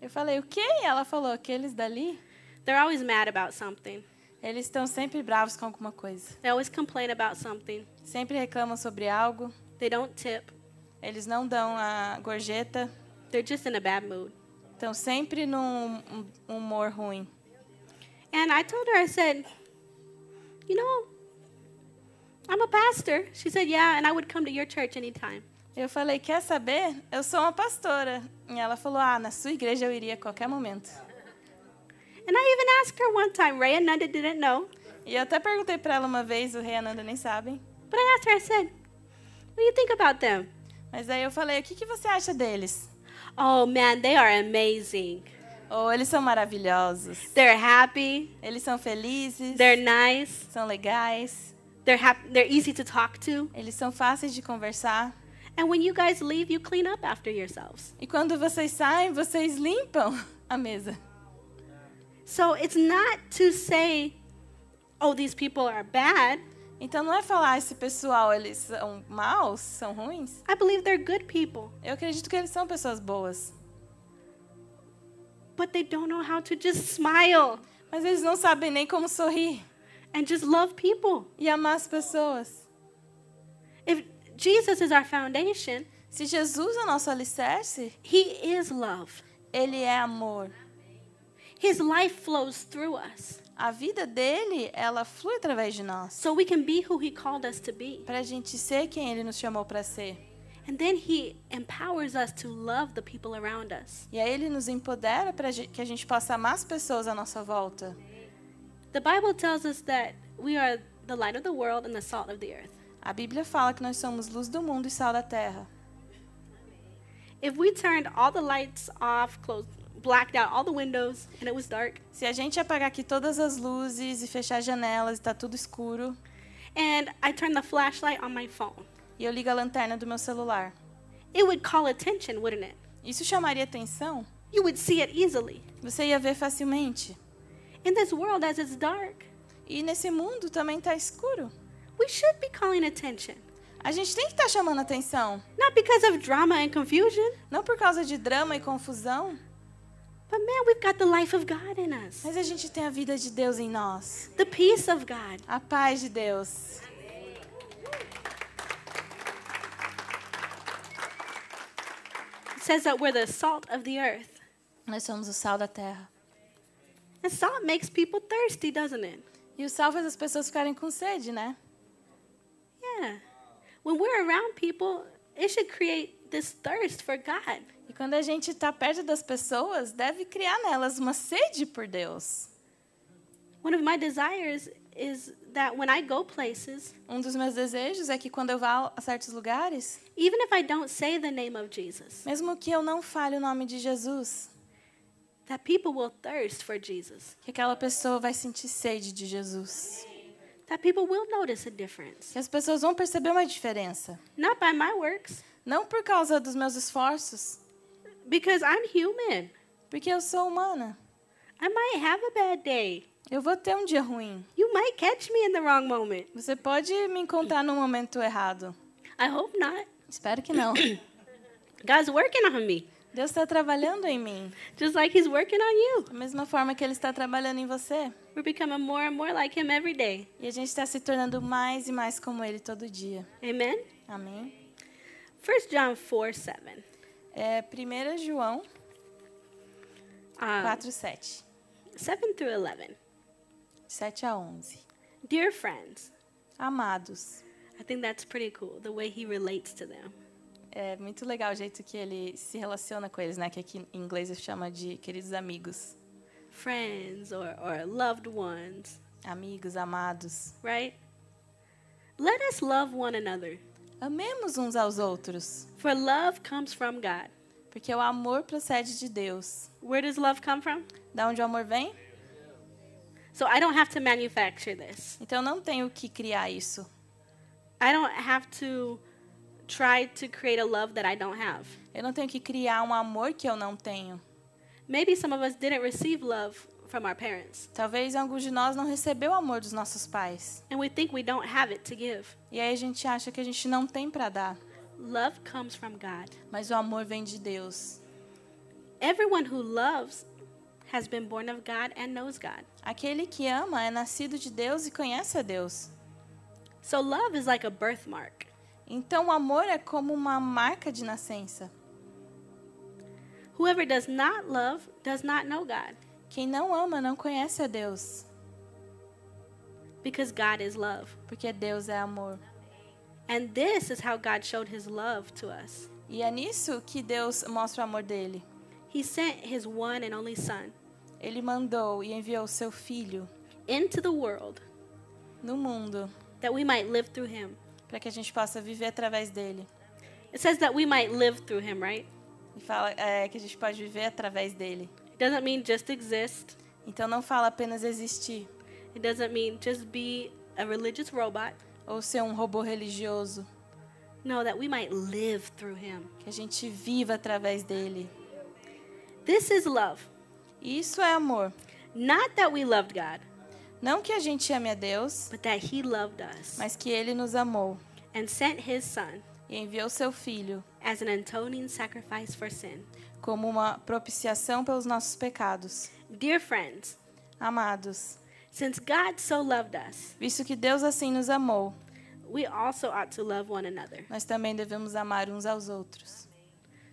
Eu falei: "O quê?" E Ela falou: "Aqueles dali,
They're always mad about something.
eles estão sempre bravos com alguma coisa.
They always complain about something.
Sempre reclamam sobre algo,
They don't tip.
eles não dão a gorjeta,
They're just in a bad mood.
estão sempre num um- um humor ruim".
And I told her, I said, You know, I'm a pastor. She said, Yeah, and I would come to your church anytime.
Eu falei: "Quer saber? Eu sou uma pastora". E ela falou: "Ah, na sua igreja eu iria a qualquer momento".
And I even asked her one time, Ray and Nanda didn't know,
E eu até perguntei pra ela uma vez, o Rei e a Nanda nem sabem.
but I asked her, I said, What do you think about them?
Mas aí eu falei: "O que que você acha deles?"
Oh man, they are amazing.
Ou eles são maravilhosos.
They're happy,
Eles são felizes.
they're nice,
São legais.
they're, hap- they're easy to talk to.
Eles são fáceis de conversar.
And when you guys leave, you clean up after yourselves.
E quando vocês saem, vocês limpam a mesa.
So it's not to say, oh, these people are bad.
Então não é falar esse pessoal, eles são maus, são ruins.
I believe they're good people,
Eu acredito que eles são pessoas boas,
but they don't know how to just smile
mas eles não sabem nem como sorrir
and just love people.
e amar as pessoas.
If Jesus is our foundation,
Se Jesus é o nosso alicerce,
he is love.
ele é amor.
His life flows through us
A vida dele, ela flui através de nós,
so we can be who he called us to be.
pra gente ser quem ele nos chamou pra ser.
And then he empowers us to love the people around us.
E aí ele nos empodera para que a gente possa amar as pessoas à nossa volta.
The Bible tells us that we are the light of the world and the salt of the earth.
A Bíblia fala que nós somos luz do mundo e sal da terra.
If we turned all the lights off, closed, blacked out all the windows, and it was dark,
Se a gente apagar aqui todas as luzes e fechar as janelas e tá tudo escuro,
and I turned the flashlight on my phone,
e eu ligo a lanterna do meu celular,
it would call attention, wouldn't it?
isso chamaria atenção?
You would see it easily.
Você ia ver facilmente.
In this world, as it's dark,
E nesse mundo também tá escuro.
we should be calling attention.
A gente tem que estar chamando atenção,
Not because of drama and confusion,
não por causa de drama e confusão,
but man, we've got the life of God in us,
mas a gente tem a vida de Deus em nós,
the peace of God.
a paz de Deus.
It says that we're the salt of the earth.
Nós somos o sal da terra.
And salt makes people thirsty, doesn't it?
E o sal faz as pessoas ficarem com sede, né?
Yeah. When we're around people, it should create this thirst for God.
E quando a gente tá perto das pessoas, deve criar nelas uma sede por Deus.
One of my desires is that when I go places,
Um dos meus desejos é que quando eu vá a certos lugares,
even if I don't say the name of Jesus,
mesmo que eu não fale o nome de Jesus,
that people will thirst for Jesus.
que aquela pessoa vai sentir sede de Jesus.
That people will notice a difference.
Que as pessoas vão perceber uma diferença.
Not by my works,
Não por causa dos meus esforços,
because I'm human.
porque eu sou humana.
I might have a bad day.
Eu vou ter um dia ruim.
You might catch me in the wrong moment.
Você pode me encontrar num momento errado.
I hope not.
Espero que não.
God's working on me,
Deus está trabalhando em mim.
just like He's working on you.
Da mesma forma que Ele está trabalhando em você.
We're becoming more and more like Him every day.
E a gente está se tornando mais e mais como Ele todo dia.
Amen.
Amém?
1 John 4 7.
É 1 João
Um,
4, 7.
7 through 11.
7 a 11.
Dear friends,
Amados.
I think that's pretty cool, the way He relates to them.
É muito legal o jeito que ele se relaciona com eles, né? Que aqui em inglês ele chama de queridos amigos.
Friends or, or loved ones,
Amigos, amados.
right? Let us love one another,
Amemos uns aos outros,
for love comes from God.
porque o amor procede de Deus.
Where does love come from?
Da onde o amor vem?
So I don't have to manufacture this.
Então não tenho que criar isso.
I don't have to try to create a love that I don't have.
Eu não tenho que criar um amor que eu não tenho.
Maybe some of us didn't receive love from our parents,
Talvez alguns de nós não recebeu o amor dos nossos pais.
and we think we don't have it to give.
E aí a gente acha que a gente não tem para dar,
Love comes from God.
mas o amor vem de Deus.
Everyone who loves has been born of God and knows God.
Aquele que ama é nascido de Deus e conhece a Deus.
So love is like a birthmark.
Então o amor é como uma marca de nascença.
Whoever does not love does not know God,
Quem não ama não conhece a Deus,
because God is love.
porque Deus é amor.
And this is how God showed his love to us.
E é nisso que Deus mostra o amor dele.
He sent his one and only Son
Ele mandou e enviou o seu filho
into the world
no mundo
that we might live through him.
para que a gente possa viver através dele.
It says that we might live through him, right?
E fala é, que a gente pode viver através dele.
It doesn't mean just exist,
Então não fala apenas existir
it doesn't mean just be a religious robot.
ou ser um robô religioso,
No, that we might live through him.
que a gente viva através dele.
This is love.
E isso é amor.
Not that we loved God,
Não que a gente ame a Deus,
but that he loved us
mas que ele nos amou
and sent his Son
e enviou seu filho
as an atoning sacrifice for sin.
como uma propiciação pelos nossos pecados.
Dear friends,
Amados,
since God so loved us,
visto que Deus assim nos amou,
we also ought to love one another.
nós também devemos amar uns aos outros.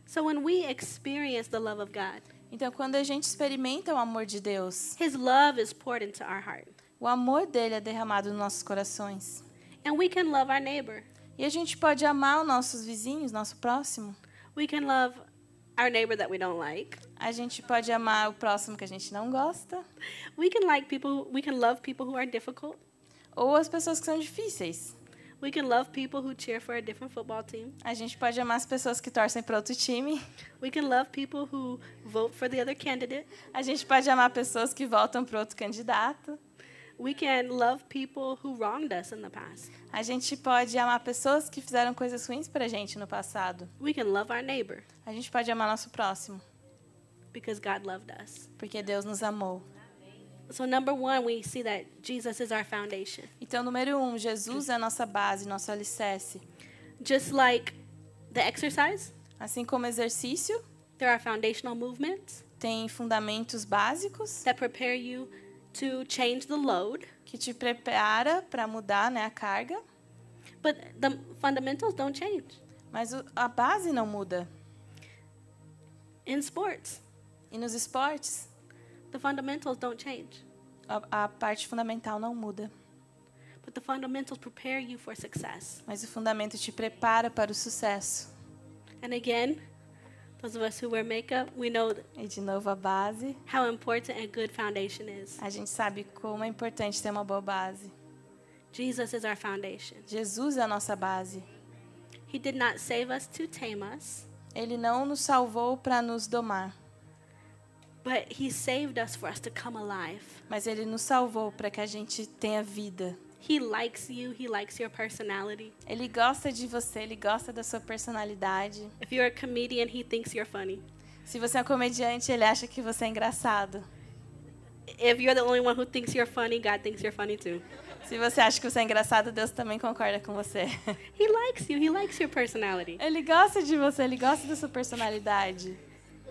So when we experience the love of God,
Então, quando a gente experimenta o amor de Deus,
his love is poured into our heart,
o amor dele é derramado nos nossos corações.
and we can love our neighbor.
E a gente pode amar os nossos vizinhos, nosso próximo.
We can love our neighbor that we don't like.
A gente pode amar o próximo que a gente não gosta,
We can like people, we can love people who are difficult.
ou as pessoas que são difíceis.
We can love people who cheer for a different football team.
A gente pode amar as pessoas que torcem para outro time.
We can love people who vote for the other candidate.
A gente pode amar pessoas que votam para outro candidato.
We can love people who wronged us in the past.
A gente pode amar pessoas que fizeram coisas ruins para gente no passado.
We can love our neighbor
A gente pode amar nosso próximo,
because God loved us.
porque Deus nos amou.
So, number one, we see that Jesus is our foundation.
Então, número um, Jesus é a nossa base, nosso alicerce.
Just like the exercise,
Assim como exercício,
there are foundational movements
tem fundamentos básicos
that prepare you to change the load,
que te prepara para mudar né, a carga,
but the fundamentals don't change.
mas o- a base não muda.
In sports,
E nos esportes,
the fundamentals don't change,
a, a parte fundamental não muda,
but the fundamentals prepare you for success.
mas o fundamento te prepara para o sucesso.
And again, those of us who wear makeup, we know
E de novo, a base.
how important a good foundation is.
A gente sabe como é importante ter uma boa base.
Jesus is our foundation.
Jesus é a nossa base.
He did not save us to tame us,
Ele não nos salvou para nos domar,
but He saved us for us to come alive.
mas ele nos salvou para que a gente tenha vida.
He likes you, He likes your personality.
Ele gosta de você, ele gosta da sua personalidade.
If you're a comedian, He thinks you're funny.
Se você é um comediante, ele acha que você é engraçado.
If you're the only one who thinks you're funny, God thinks you're funny too.
Se você acha que você é engraçado, Deus também concorda com você.
He likes you, He likes your personality.
Ele gosta de você, ele gosta da sua personalidade.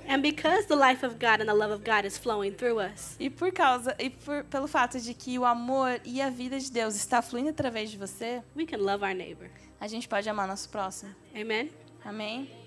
And because the life of God and the love of God is flowing through us,
E por causa e por- pelo fato de que o amor e a vida de Deus está fluindo através de você,
we can love our neighbor.
a gente pode amar nosso próximo.
Amen?
Amém?